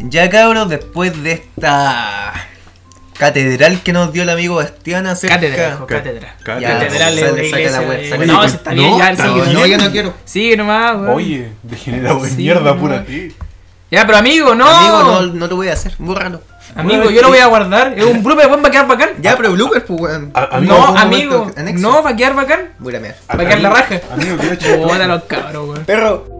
Ya cabros, después de esta catedral que nos dio el amigo Bastián acerca... Cátedra, hijo, cátedra. Ca- Ya, Catedral sale, de la saca iglesia. la wea, de- saca la No, wea. si está bien, No, ya, está sigue, bien. No, yo no quiero. Sigue nomás, weón. Oye, degenerado de Sí, mierda no. pura. Sí. Ya, pero amigo, no. Amigo, no, no lo voy a hacer, bórralo. Amigo, yo lo voy a guardar. Es un blooper, weón, va a quedar bacán. Ya, pero bloopers, pues, weón. A- amigo, No, algún amigo, momento anexo. no, va a quedar bacán. Voy a mear. Va a quedar la raja. Amigo, quiero chupar. Puta los cabros, weón. Perro.